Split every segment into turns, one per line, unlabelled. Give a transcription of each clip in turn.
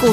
股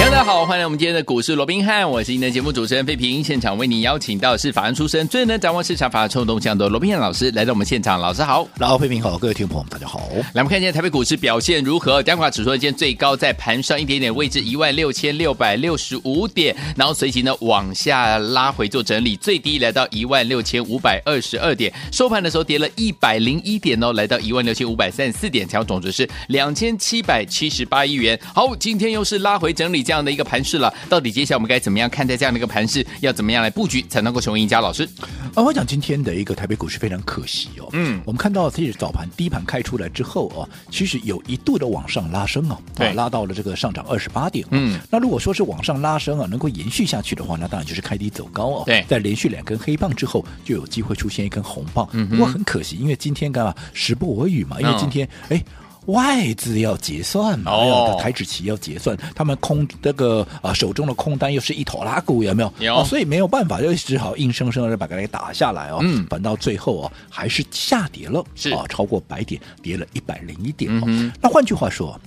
大家好，欢迎来我们今天的股市罗宾汉，我是您的节目主持人费平。现场为您邀请到的是法案出身、最能掌握市场法案冲动向的罗宾汉老师来到我们现场，老师好。
然后，慧平好，各位听众朋友们，大家好。
来，我们看一下台北股市表现如何？加权指数今天最高在盘上一点点位置一万六千六百六十五点，然后随即呢往下拉回做整理，最低来到一万六千五百二十二点，收盘的时候跌了一百零一点哦，来到一万六千五百三十四点，成交总值是两千七百七十八亿元。好，今天又是拉回整理这样的一个盘势了，到底接下来我们该怎么样看待这样的一个盘势？要怎么样来布局才能够成为赢家？老师，
啊，我讲今天的一个台北股市非常可惜哦。
嗯
我们看到其实早盘第一盘开出来之后哦，其实有一度的往上拉升啊，
对
啊拉到了这个上涨二十八点、哦
嗯，
那如果说是往上拉升啊，能够延续下去的话，那当然就是开低走高哦。
对
在连续两根黑棒之后，就有机会出现一根红棒。
嗯哼嗯
不过很可惜，因为今天干嘛时不我与嘛，因为今天哎。外资要结算嘛，哎
哦
台指期要结算，他们空这个啊、手中的空单又是一头拉股，有没有？
有
哦所以没有办法，就只好硬生生的把它给打下来哦。
嗯
反倒最后哦，还是下跌了，
是
啊，超过百点，跌了一百零一点哦。
嗯
那换句话说，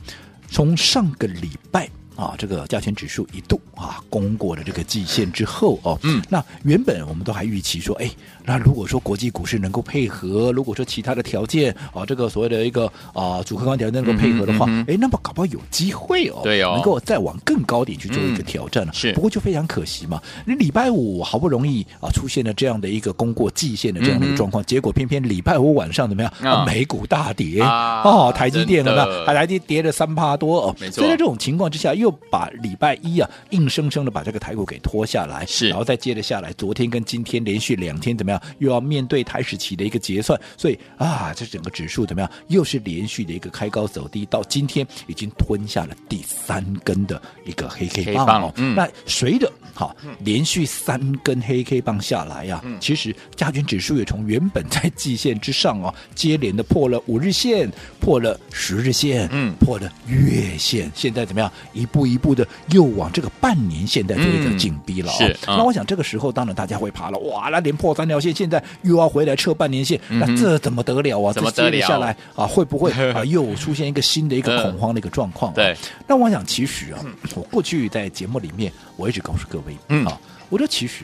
从上个礼拜。啊，这个加权指数一度啊攻过了这个季线之后哦，
嗯
那原本我们都还预期说，哎，那如果说国际股市能够配合，如果说其他的条件啊，这个所谓的一个啊主客观条件能够配合的话，
嗯哼嗯
哎、那么搞不好有机会哦，
对哦
能够再往更高点去做一个
嗯
挑战了、啊
是
不过就非常可惜嘛，你礼拜五好不容易啊出现了这样的一个攻过季线的这样的一
嗯哼
个状况，结果偏偏礼拜五晚上怎么样？
啊
美股大跌
啊
哦，台积电
真
怎
的
么样？台积电跌了三趴多哦，
没错
所以在这种情况之下，又把礼拜一啊硬生生的把这个台股给拖下来，
是
然后再接着下来，昨天跟今天连续两天怎么样？又要面对台时期的一个结算，所以啊，这整个指数怎么样？又是连续的一个开高走低，到今天已经吞下了第三根的一个黑 K
黑
棒
棒
哦。
嗯
那随着好连续三根黑 K 棒下来呀、
嗯
其实加权指数也从原本在季线之上哦，接连的破了五日线，破了十日线，
嗯
破了月线，现在怎么样？一步一步的又往这个半年线在做一个
嗯
紧逼了、哦
是嗯
那我想这个时候当然大家会怕了，哇，那连破三条线，现在又要回来测半年线，那这怎么得了啊？
嗯怎么
这接
得了嗯
下来啊，会不会啊又出现一个新 的一个恐慌的一个状况、啊？
对。
那我想，其实啊，我过去在节目里面，我一直告诉各位，
嗯
啊，我说其实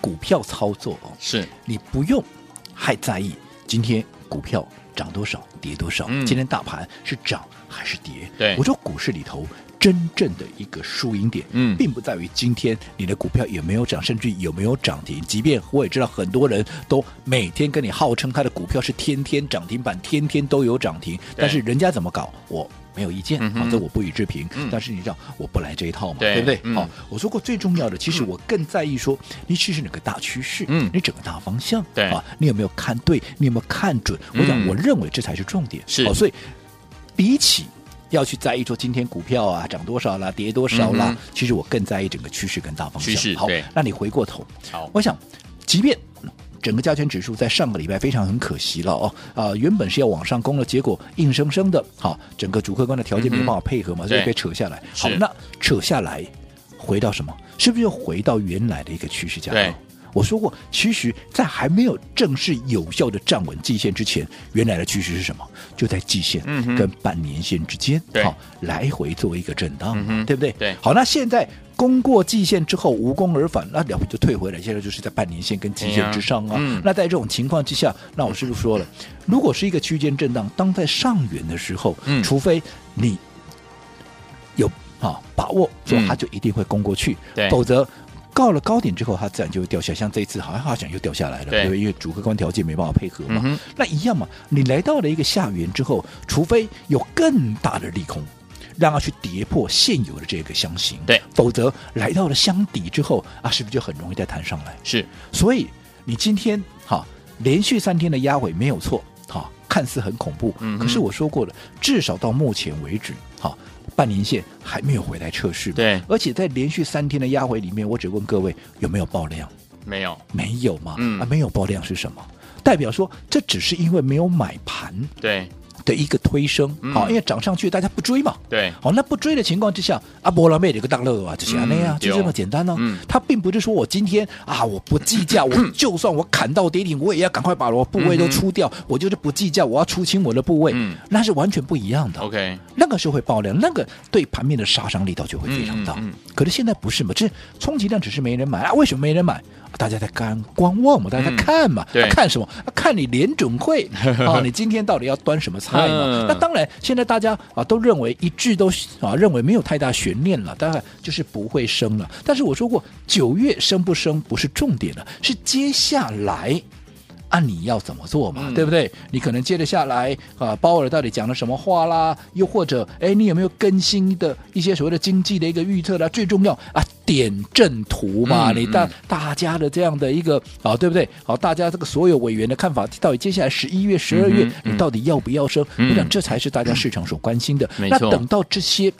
股票操作哦，
是
你不用太在意今天股票涨多少、跌多少，
嗯
今天大盘是涨还是跌。
对
我说股市里头。真正的一个输赢点，
嗯
并不在于今天你的股票有没有涨，甚至有没有涨停。即便我也知道很多人都每天跟你号称他的股票是天天涨停板，天天都有涨停，但是人家怎么搞，我没有意见，
嗯
好、
哼
这我不予置评。
嗯
但是你知道，我不来这一套嘛，
对
不对？好、
嗯
我说过最重要的，其实我更在意说，你是哪个大趋势，
嗯
你整个大方向，
对
啊，你有没有看对，你有没有看准？我想，
嗯
我认为这才是重点。哦
是
所以比起。要去在意说今天股票啊涨多少啦，跌多少啦，
嗯哼
其实我更在意整个趋势跟大方向。
趋势
好
对，
那你回过头，
好
我想，即便整个加权指数在上个礼拜非常很可惜了哦，啊、原本是要往上攻了，结果硬生生的，好、整个主客观的条件没有办法配合嘛，所以
对
被扯下来。好
是，
那扯下来回到什么？是不是又回到原来的一个趋势架构
对？
我说过，其实，在还没有正式有效的站稳季线之前，原来的趋势是什么？就在季线
嗯哼
跟半年线之间，
对
好来回做一个震荡
嗯
嘛，
哼
对不对？
对
好，那现在攻过季线之后无功而返，那了不就退回来？现在就是在半年线跟季线之上啊。
哎呀嗯
那在这种情况之下，那我是不是说了，如果是一个区间震荡，当在上缘的时候，
嗯
除非你有啊把握，说
嗯
它就一定会攻过去，
对
否则。到了高点之后，它自然就会掉下来。像这一次，好像好像又掉下来了，
对
对不对？因为主客观条件没办法配合嘛。
嗯哼
那一样嘛，你来到了一个下缘之后，除非有更大的利空，让它去跌破现有的这个箱型，
对，
否则来到了箱底之后啊，是不是就很容易再弹上来？
是
所以你今天哈、连续三天的压尾没有错，哈、看似很恐怖，
嗯哼
可是我说过了，至少到目前为止，哈、半年线还没有回来测试嘛，
对
而且在连续三天的压回里面，我只问各位有没有爆量，
没有
没有嘛？
嗯
啊，没有爆量是什么？代表说这只是因为没有买盘
对
的一个推升，好、
嗯
因为涨上去大家不追嘛，
对
好、那不追的情况之下，阿波浪妹这个大乐啊，就是那样、
嗯
就这么简单呢、
嗯
它并不是说我今天啊，我不计 较，我就算我砍到跌停，我也要赶快把我部位都出掉，我就是不计较，我要出清我的部位，
嗯
那是完全不一样的。
，OK，
那个是会爆量，那个对盘面的杀伤力道就会非常大。
嗯嗯嗯
可是现在不是嘛？这充其量只是没人买啊？为什么没人买？啊大家在干观望嘛，大家在看嘛，
嗯对
啊看什么？啊看你联 准会啊，你今天到底要端什么菜嘛？
嗯
那当然，现在大家啊都认为一致都啊认为没有太大悬念了，当然就是不会升了。但是我说过，九月升不升不是重点了，是接下来。啊，你要怎么做嘛，
嗯
对不对？你可能接着下来啊，鲍尔到底讲了什么话啦？又或者，哎，你有没有更新的一些所谓的经济的一个预测啦？最重要啊，点阵图嘛，
嗯
你大
嗯
大家的这样的一个啊，对不对？好、大家这个所有委员的看法，到底接下来十一月、十二月
嗯、哼
你到底要不要升？
嗯
我想这才是大家市场所关心的。
没
那
错
等到这些。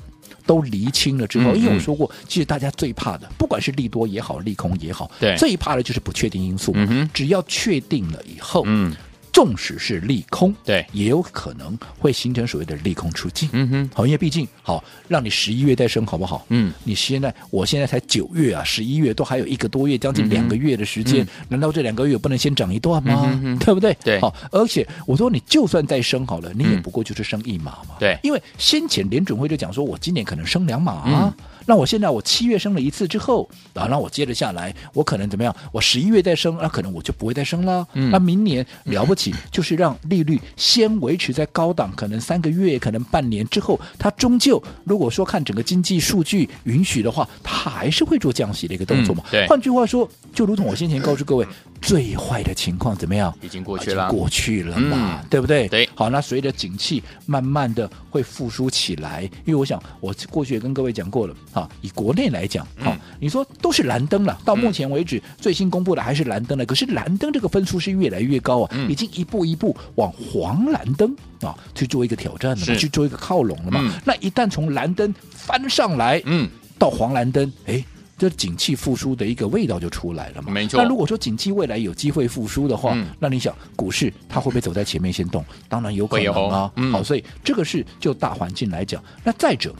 都厘清了之后，
嗯
因为
嗯
我说过，其实大家最怕的，不管是利多也好，利空也好，
对
最怕的就是不确定因素。
嗯哼
只要确定了以后，
嗯，
纵使是利空，
对
也有可能会形成所谓的利空出尽。
嗯哼，
好，因为毕竟好，让你十一月再升好不好？
嗯，
你现在我现在才九月啊，十一月都还有一个多月，将近两个月的时间，难道这两个月不能先涨一段吗？
嗯嗯哼哼
对不对？
对
好，而且我说你就算再升好了，你也
嗯
不过就是升一码嘛。
对
因为先前联准会就讲说，我今年可能升两码、
嗯
啊。那我现在我七月升了一次之后，啊，那我接着下来，我可能怎么样？我十一月再升，那可能我就不会再升了。
嗯
那明年了不起，就是让利率先维持在高档，可能三个月，可能半年之后，它终究如果说看整个经济数据允许的话，它还是会做降息的一个动作嘛。
嗯对
换句话说，就如同我先前告诉各位，最坏的情况怎么样？
已经过去了
啊已经过去了嘛，
嗯
对不对？
对
好，那随着景气慢慢的会复苏起来，因为我想我过去也跟各位讲过了，啊，以国内来讲，啊，
嗯
你说都是蓝灯了，到目前为止、最新公布的还是蓝灯了，可是蓝灯这个分数是越来越高啊，
嗯
已经一步一步往黄蓝灯啊去做一个挑战了嘛，
是
去做一个靠拢了嘛。
嗯
那一旦从蓝灯翻上来，
嗯，
到黄蓝灯，哎。这景气复苏的一个味道就出来了嘛？
没错
那如果说景气未来有机会复苏的话，
嗯
那你想股市它会不会走在前面先动？当然有可能
会有
啊。
嗯
好，所以这个是就大环境来讲。那再者，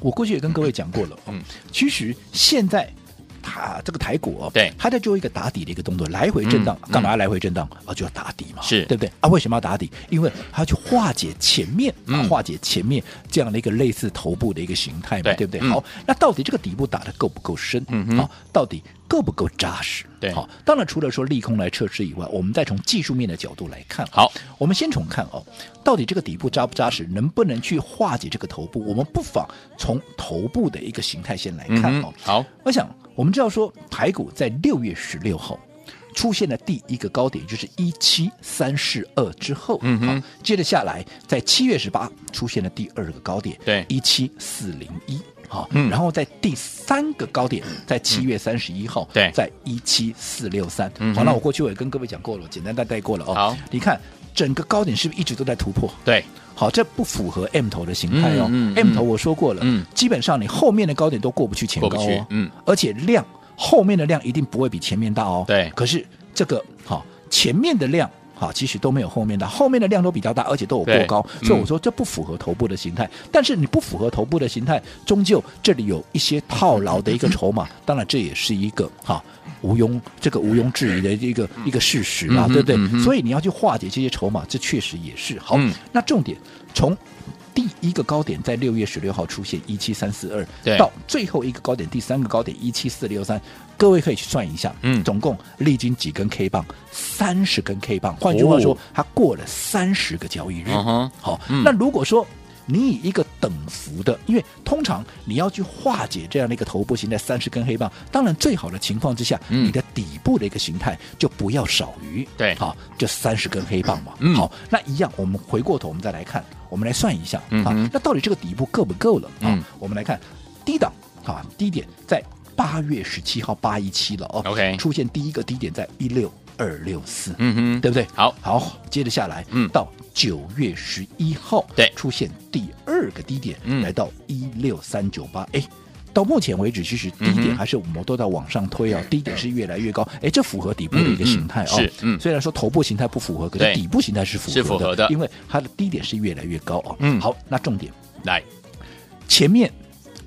我过去也跟各位讲过了，
嗯，
其实现在。它这个台股哦，
对
它在做一个打底的一个动作，来回震荡，
嗯
干嘛要来回震荡啊？就要打底嘛，
是
对不对啊？为什么要打底？因为它要去化解前面，啊
嗯
化解前面这样的一个类似头部的一个形态嘛，
对
对不对？
嗯
好，哦那到底这个底部打得够不够深？
嗯哼
好，到底够不够扎实？
对
好，当然除了说利空来测试以外，我们再从技术面的角度来看。啊
好，
我们先从看哦，到底这个底部扎不扎实，能不能去化解这个头部？我们不妨从头部的一个形态先来
嗯
看
哼
哦。
好，
我想我们知道说，台股在六月十六号出现了第一个高点，就是一七三四二之后，
嗯哼
好，接着下来在七月十八出现了第二个高点，
对
一七四零一。好，
嗯
然后在第三个高点，在七月三十一号，
对
在一七四六三
嗯。
好，
哼
那我过去我也跟各位讲过了，简单带带过了哦。
好，
你看整个高点是不是一直都在突破？
对，
好，这不符合 M 头的形态哦。
嗯嗯
M 头我说过了，
嗯
基本上你后面的高点都过不去前高
过不去
哦，
嗯，
而且量后面的量一定不会比前面大哦。
对
可是这个好、前面的量。好，其实都没有后面大，后面的量都比较大，而且都有过高，
对
所
嗯
以我说这不符合头部的形态。但是你不符合头部的形态，终究这里有一些套牢的一个筹码，当然这也是一个哈毋庸这个毋庸置疑的一个一个事实
嗯
啊，
哼
对不对？
嗯哼
所以你要去化解这些筹码，这确实也是好。
嗯
那重点从第一个高点在六月十六号出现一七三四
对
二，到最后一个高点第三个高点一七四六三，各位可以去算一下，
嗯
总共历经几根 K 棒，三十根 K 棒，换句话说，它过了三十个交易
哦
日。
嗯哼
好，
嗯
那如果说。你以一个等幅的，因为通常你要去化解这样的一个头部形态，三十根黑棒，当然最好的情况之下，
嗯
你的底部的一个形态就不要少于
对
好，就三十根黑棒嘛。
嗯
好，那一样，我们回过头，我们再来看，我们来算一下、
嗯哼
啊，那到底这个底部够不够了？啊、
嗯
我们来看低档啊，低点在八月十七号八一七了哦
OK
出现第一个低点在一六二六四，
嗯哼，
对不对？
好，
好，接着下来，
嗯
到九月十一号，
对
出现第二个低点，
嗯
来到一六三九八，哎，到目前为止，其实低
嗯
点
哼
还是我们都在往上推哦，低点是越来越高，哎，这符合底部的一个形态哦。
嗯嗯嗯是嗯
虽然说头部形态不符合，可是
对
底部形态是符合
是符合的
因为它的低点是越来越高哦。
嗯
好，那重点
来，
前面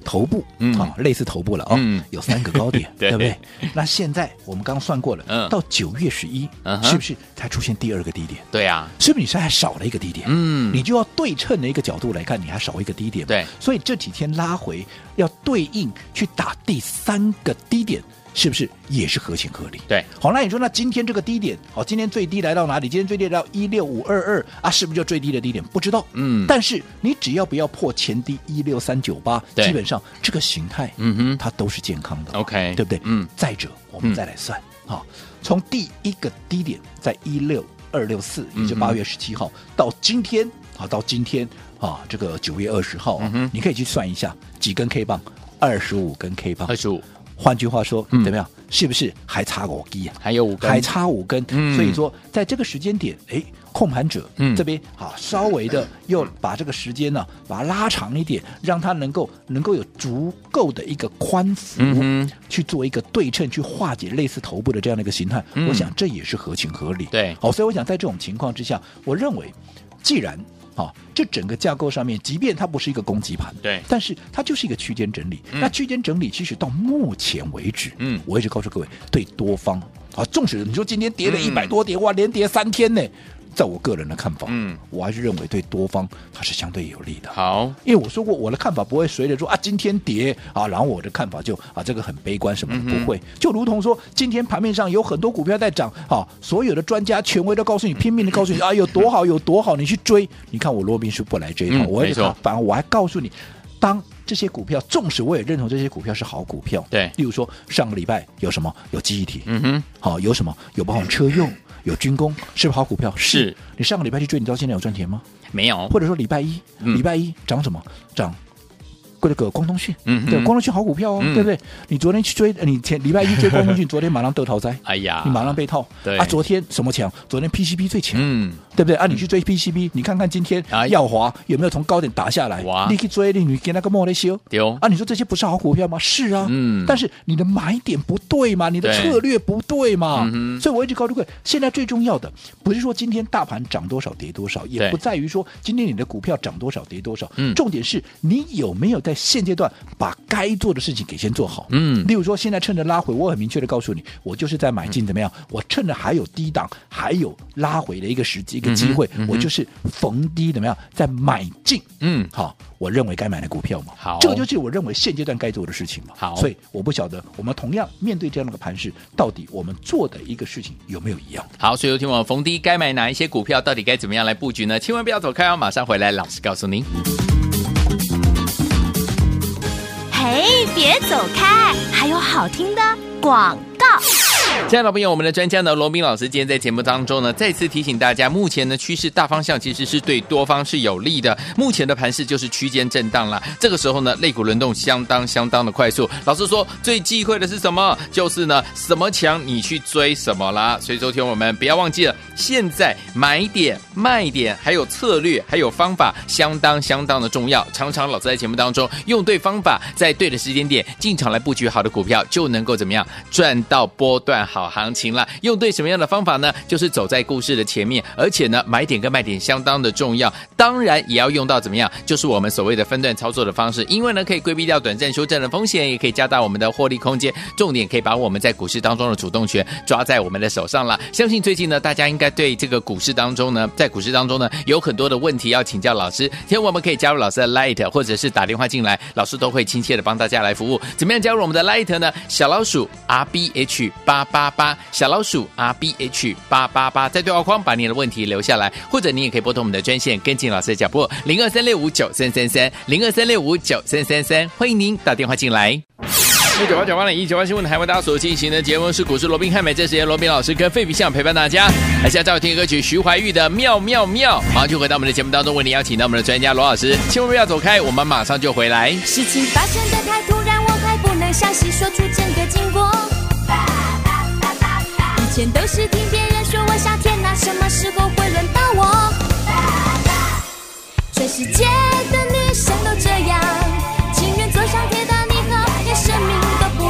头部，
嗯
啊，类似头部了哦，
嗯，
有三个高点
对
不对？那现在我们刚刚算过了，
嗯
到九月十一、
嗯哼
是不是才出现第二个低点？
对啊，
是不是你现在还少了一个低点？
嗯
你就要对称的一个角度来看，你还少一个低点。
对，
所以这几天拉回要对应去打第三个低点，是不是也是合情合理？
对，
好，那你说那今天这个低点，好，今天最低来到哪里？今天最低来到一六五二二啊，是不是就最低的低点？不知道，
嗯
但是你只要不要破前低一六三九八，
对
基本上这个形态，
嗯哼
它都是健康的。
，OK，
对不对？
嗯，
再者，我
嗯
们再来算，好、从第一个低点在一六二六四，也
嗯
就
哼
八月十七号、到今天，好，到今天啊，这个九月二十号
嗯
啊、
哼
你可以去算一下几根 K 棒，二十五根 K 棒
二。十五，
换句话说，
哎嗯
怎么样？是不是还差五根啊？
还有五根，
还差五根，
嗯
所以说在这个时间点，哎，控盘者
嗯
这边啊，稍微的又把这个时间呢、把它拉长一点，让它能够能够有足够的一个宽幅
嗯哼，
去做一个对称，去化解类似头部的这样的一个形态。我想这也是合情合理。
嗯对
好，所以我想在这种情况之下，我认为既然啊，这整个架构上面，即便它不是一个攻击盘，
对
但是它就是一个区间整理。那区间整理其实到目前为止，
嗯
我一直告诉各位，对多方啊，纵使你说今天跌了
嗯
一百多点，哇，连跌三天呢，在我个人的看法，
嗯，
我还是认为对多方它是相对有利的。
好，
因为我说过，我的看法不会随着说啊今天跌啊，然后我的看法就啊这个很悲观什么的，
嗯哼
不会。就如同说，今天盘面上有很多股票在涨，好、所有的专家权威都告诉你，拼命的告诉你啊有多好有多好，你去追。你看我罗宾是不来这一套，
嗯
我也
没错
反而我还告诉你，当。这些股票，纵使我也认同这些股票是好股票，
对
例如说上个礼拜有什么有记忆体，
嗯哼，
好、有什么有包含车用，有军工，是不是好股票？
是
你上个礼拜去追，你知道现在有赚钱吗？
没有，
或者说礼拜一，
嗯
礼拜一涨什么？涨这个光通讯，
嗯哼
对，光通讯好股票哦，
嗯
对不对？你昨天去追，呃你前礼拜一追光通讯，昨天马上得逃 灾，
哎呀，
你马上被套。
对
啊，昨天什么强？昨天 PCB 最强。
嗯，
对不对啊？你去追 PCB，你看看今天
哎
耀华有没有从高点打下来
哇？
你去追，你你给那个莫雷修
丢
啊？你说这些不是好股票吗？是啊，
哦嗯
但是你的买点不对嘛，你的
对
策略不对嘛
嗯，哼
所以我一直告诉各位，现在最重要的不是说今天大盘涨多少跌多少，
对
也不在于说今天你的股票涨多少跌多少，
嗯
重点是你有没有在现阶段把该做的事情给先做好，
嗯
例如说，现在趁着拉回，我很明确的告诉你，我就是在买进怎么样？
嗯
我趁着还有低档，还有拉回的一个时机、一个机会，我就是逢低怎么样在买进？
嗯，
好，我认为该买的股票嘛，
好
这个就是我认为现阶段该做的事情嘛。
好
所以我不晓得我们同样面对这样的一个盘势，到底我们做的一个事情有没有一样？
好，所以有听我逢低该买哪一些股票，到底该怎么样来布局呢？千万不要走开哦，马上回来，老师告诉您。
嘿，别走开，还有好听的广告。
亲爱的朋友我们的专家呢，罗明老师今天在节目当中呢，再次提醒大家，目前呢趋势大方向其实是对多方是有利的。目前的盘势就是区间震荡啦，这个时候呢，肋骨轮动相当相当的快速。老师说，最忌讳的是什么？就是呢，什么强你去追什么啦。所以，昨天我们不要忘记了，现在买点、卖点，还有策略，还有方法，相当相当的重要。常常老师在节目当中用对方法，在对的时间点进场来布局好的股票，就能够怎么样赚到波段好行情了。用对什么样的方法呢？就是走在故事的前面，而且呢，买点跟卖点相当的重要。当然也要用到怎么样，就是我们所谓的分段操作的方式，因为呢可以规避掉短暂修正的风险，也可以加大我们的获利空间。重点可以把我们在股市当中的主动权抓在我们的手上了。相信最近呢，大家应该对这个股市当中呢，在股市当中呢，有很多的问题要请教老师。今天我们可以加入老师的 Light，或者是打电话进来，老师都会亲切的帮大家来服务。怎么样加入我们的 Light 呢？小老鼠 R B H 八八八，小老鼠 R B H 八八八，在对话框把你的问题留下来，或者你也可以拨通我们的专线，跟进老师的脚步，零二三六五九三三三，零二三六五九三三三，欢迎您打电话进来。一九八九八零一九八新闻台为大家所进行的节目是股市罗宾汉美，这时间罗宾老师跟费比相陪伴大家。来，下再听歌曲徐怀钰的《妙妙妙》，马上就回到我们的节目当中，为您邀请到我们的专家罗老师，千万不要走开，我们马上就回来。
事情发生的太突然，我还不能详细说出整个经过。以前都是听别人说，我想天哪，什么时候会轮到我？全世界的女生都这样，情愿坐上铁达尼号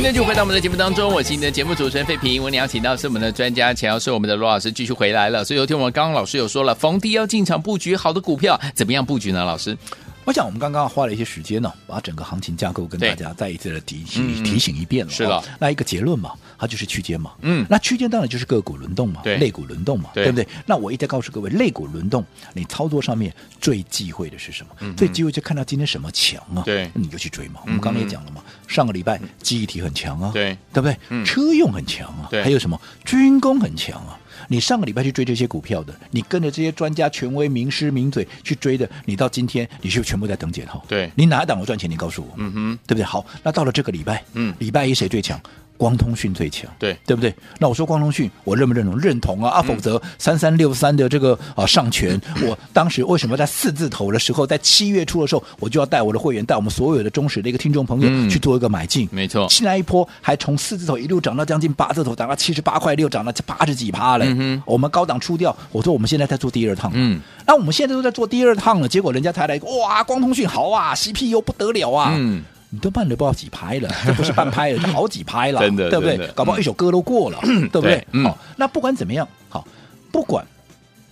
天就回到我们的节目当中，我是你的节目主持人费平。我们邀请到是我们的专家，钱要是我们的罗老师继续回来了。所以有天我们刚刚老师有说了，逢低要进场布局好的股票，怎么样布局呢？老师，
我想我们刚刚花了一些时间呢、把整个行情架构跟
对
大家再一次的提
嗯嗯
醒提醒一遍了、
是的，
那一个结论嘛，它就是区间嘛。
嗯
那区间当然就是个股轮动嘛，
对
类股轮动嘛，
对
不对？那我一再告诉各位，类股轮动，你操作上面最忌讳的是什么？最忌讳就看到今天什么强啊，
嗯对
你就去追嘛。我
嗯
们
哼
刚刚也讲了嘛，上个礼拜记忆体很强啊，
对
对不对？
嗯
车用很强啊，
对
还有什么军工很强啊。你上个礼拜去追这些股票的，你跟着这些专家、权威、名师、名嘴去追的，你到今天你是不是全部在等解套？
对
你哪一档我赚钱？你告诉我，
嗯哼，
对不对？好，那到了这个礼拜，
嗯
礼拜一谁最强？光通讯最强，
对嗯
对不对？那我说光通讯，我认不认同？认同啊啊！否则三三六三的这个啊上 权，我当时为什么在四字头的时候，在七月初的时候，我就要带我的会员，带我们所有的忠实的一个听众朋
嗯
友去做一个买进？
没错
现在一波还从四字头一路涨到将近八字头，涨到七十八块六，涨到八十几趴嘞。
嗯
我们高档出掉，我说我们现在在做第二趟，
嗯，
那我们现在都在做第二趟了，结果人家才来一个哇，光通讯好啊，CPU 不得了啊，
嗯。
你都慢了不知道几拍了，这不是半拍了，这好几拍了，
真的
对不
真
对
的？
搞不好一首歌都过了，对不对
对？嗯
好，那不管怎么样，好，不管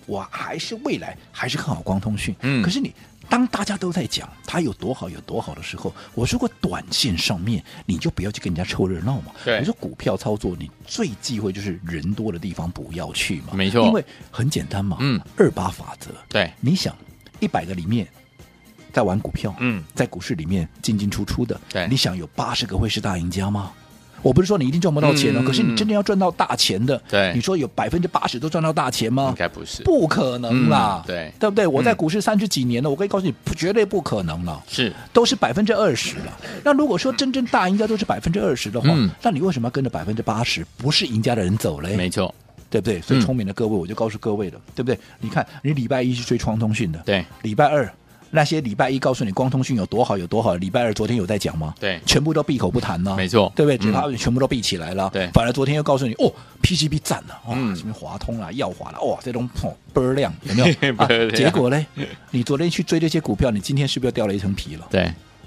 我还是未来还是看好光通讯，
嗯
可是你。当大家都在讲它有多好有多好的时候，我说过短线上面你就不要去跟人家凑热闹嘛。
对
我说股票操作你最忌讳就是人多的地方不要去嘛，
没错
因为很简单嘛，
嗯，
二八法则，
对，
你想，一百个里面在玩股票，
嗯，
在股市里面进进出出的，
对
你想有八十个会是大赢家吗？我不是说你一定赚不到钱哦，
嗯
可是你真的要赚到大钱的，
对
你说有百分之八十都赚到大钱吗
应？该不是，
不可能啦，
嗯对
对不对？我在
嗯
股市三十几年了，我可以告诉你，不绝对不可能了。
是
都是百分之二十了。那如果说真正大赢家都是百分之二十的话，
嗯
那你为什么要跟着百分之八十不是赢家的人走嘞？
没错，
对不对？所
嗯
以聪明的各位，我就告诉各位了，对不对？你看，你礼拜一去追创通讯的，
对，
礼拜二。那些礼拜一告诉你光通讯有多好有多好，礼拜二昨天有在讲吗？
对
全部都闭口不谈呢、
没错
对不对？
嗯
只怕全部都闭起来了。
对
反而昨天又告诉你哦，PCB 赞了，哇、
嗯
什么华通啦、耀华啦，哇，这种哦倍儿亮，有没有？
倍儿亮
结果嘞，你昨天去追这些股票，你今天是不是又掉了一层皮了？
对，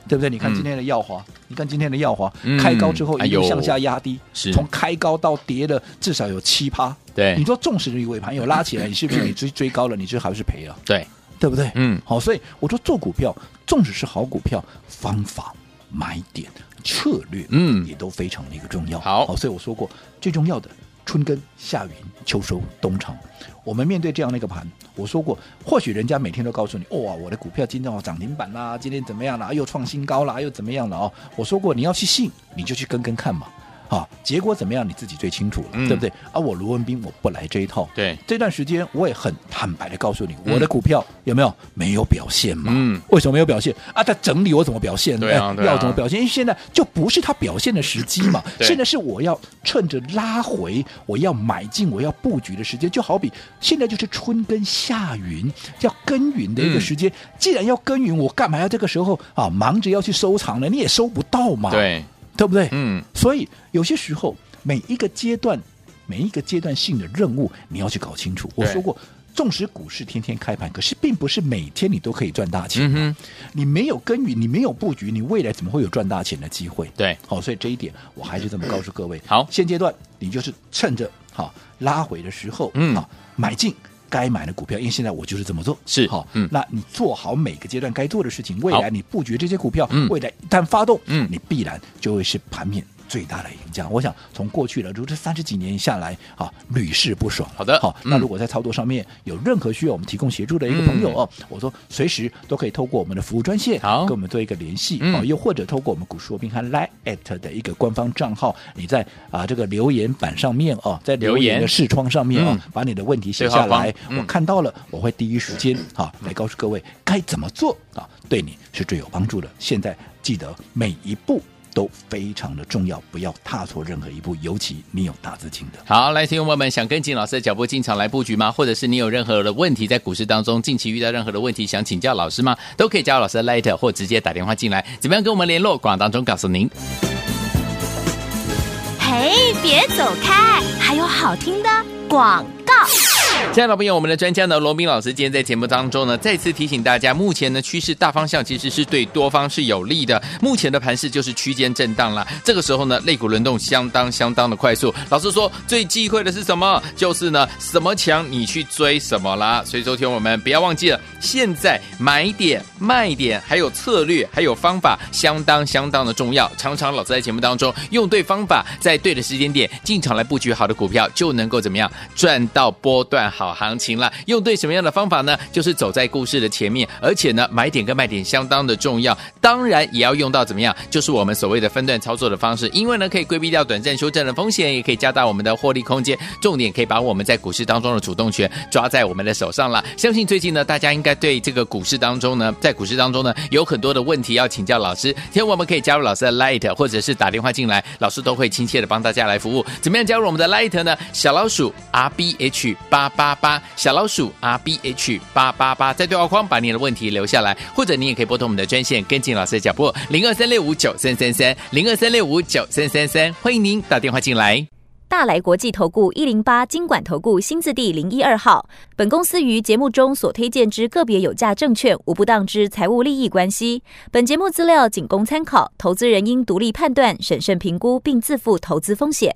对不对？你看
嗯
今天的耀华，你看今天的耀华
嗯
开高之后一
哎呦
路向下压低，
是
从开高到跌了至少有七趴。
对
你说纵使你尾盘有拉起来，你是不是你追追高了，你这还是赔了，
对，
对不对？
嗯
好，所以我说做股票，纵使是好股票，方法、买点、策略，
嗯
也都非常的一个重要。
好
所以我说过，最重要的春耕、夏耘、秋收、冬藏。我们面对这样的一个盘，我说过，或许人家每天都告诉你，哇、我的股票今天哦涨停板啦，今天怎么样啦，又创新高啦，又怎么样了哦。我说过，你要去信，你就去跟跟看嘛。啊，结果怎么样你自己最清楚了，
嗯
对不对？而我卢文斌我不来这一套，
对
这段时间我也很坦白的告诉你，
嗯
我的股票有没有没有表现嘛？
嗯
为什么没有表现啊？在整理我怎么表现？
对啊
哎
对啊，
要怎么表现？因为现在就不是它表现的时机嘛
对
现在是我要趁着拉回，我要买进，我要布局的时间。就好比现在就是春耕夏耘，要耕耘的一
嗯
个时间。既然要耕耘，我干嘛要这个时候啊忙着要去收藏呢？你也收不到嘛，
对，
对不对？
嗯，
所以有些时候，每一个阶段，每一个阶段性的任务，你要去搞清楚。我
对
说过，纵使股市天天开盘，可是并不是每天你都可以赚大钱。
嗯哼，
你没有耕耘，你没有布局，你未来怎么会有赚大钱的机会？
对
好、所以这一点我还是这么告诉各位。
好
现阶段你就是趁着好、拉回的时候，
嗯
好、买进。该买的股票，因为现在我就是这么做，
是
好、
嗯
那你做好每个阶段该做的事情，未
好
来你布局这些股票，
嗯
未来一旦发动，
嗯
你必然就会是盘面最大的赢家。我想从过去了，如这三十几年下来，啊，屡试不爽。
好的
好、那
嗯
如果在操作上面有任何需要我们提供协助的一个朋友哦，我说随时都可以透过我们的服务专线，
好
跟我们做一个联系，
嗯
哦，又或者透过我们股市罗宾汉 Line at 的一个官方账号，你在啊这个留言板上面哦，在
留
留言
言
的视窗上面哦，
嗯
把你的问题写
对话
下来
框，嗯
我看到了，我会第一时间啊来告诉各位该怎么做啊，对你是最有帮助的。现在记得每一步。都非常的重要，不要踏错任何一步，尤其你有大资金的。
好，来，听众朋友们，想跟紧老师的脚步进场来布局吗？或者是你有任何的问题，在股市当中近期遇到任何的问题，想请教老师吗？都可以加入老师的 Light 或直接打电话进来，怎么样跟我们联络？广告当中告诉您。
嘿，别走开，还有好听的广告。
亲爱的朋友我们的专家呢，罗斌老师今天在节目当中呢，再次提醒大家，目前呢趋势大方向其实是对多方是有利的。目前的盘势就是区间震荡啦。这个时候呢，肋骨轮动相当相当的快速。老师说，最忌讳的是什么？就是呢，什么强你去追什么啦。所以，昨天我们不要忘记了，现在买点、卖点，还有策略，还有方法，相当相当的重要。常常老师在节目当中用对方法，在对的时间点进场来布局好的股票，就能够怎么样赚到波段好行情了。用对什么样的方法呢？就是走在故事的前面，而且呢，买点跟卖点相当的重要。当然也要用到怎么样，就是我们所谓的分段操作的方式，因为呢可以规避掉短暂修正的风险，也可以加大我们的获利空间。重点可以把我们在股市当中的主动权抓在我们的手上了。相信最近呢，大家应该对这个股市当中呢，在股市当中呢，有很多的问题要请教老师。今天我们可以加入老师的 Light，或者是打电话进来，老师都会亲切的帮大家来服务。怎么样加入我们的 Light 呢？小老鼠 R B H 八八八，小老鼠 R B H 八八八，在对话框把你的问题留下来，或者你也可以拨通我们的专线，跟进老师的脚步，零二三六五九三三三，零二三六五九三三三，欢迎您打电话进来。
大来国际投顾一零八金管投顾新字第零一二号。本公司于节目中所推荐之个别有价证券，无不当之财务利益关系。本节目资料仅供参考，投资人应独立判断、审慎评估，并自负投资风险。